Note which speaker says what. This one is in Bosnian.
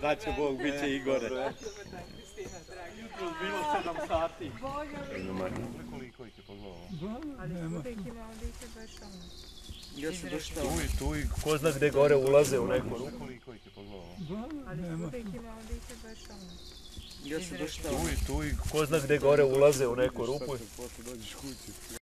Speaker 1: Da će Bog, bit će i gore.
Speaker 2: Dobar dan, Kristina, dragi.
Speaker 1: Jutro bilo 7 sati.
Speaker 3: Koliko ih je pogledalo?
Speaker 2: Ali skuda ih ima, onda ih je baš ono.
Speaker 4: Još su došli.
Speaker 3: Tu i tu i
Speaker 5: Ko zna gde gore ulaze u neku rupu.
Speaker 3: koliko ih je pogledalo?
Speaker 2: Ali skuda ih ima, onda ih je baš ono.
Speaker 4: Još su došli.
Speaker 3: Tu i tu i
Speaker 5: Ko zna gde gore ulaze u neku rupu.
Speaker 1: Posle dođeš kući.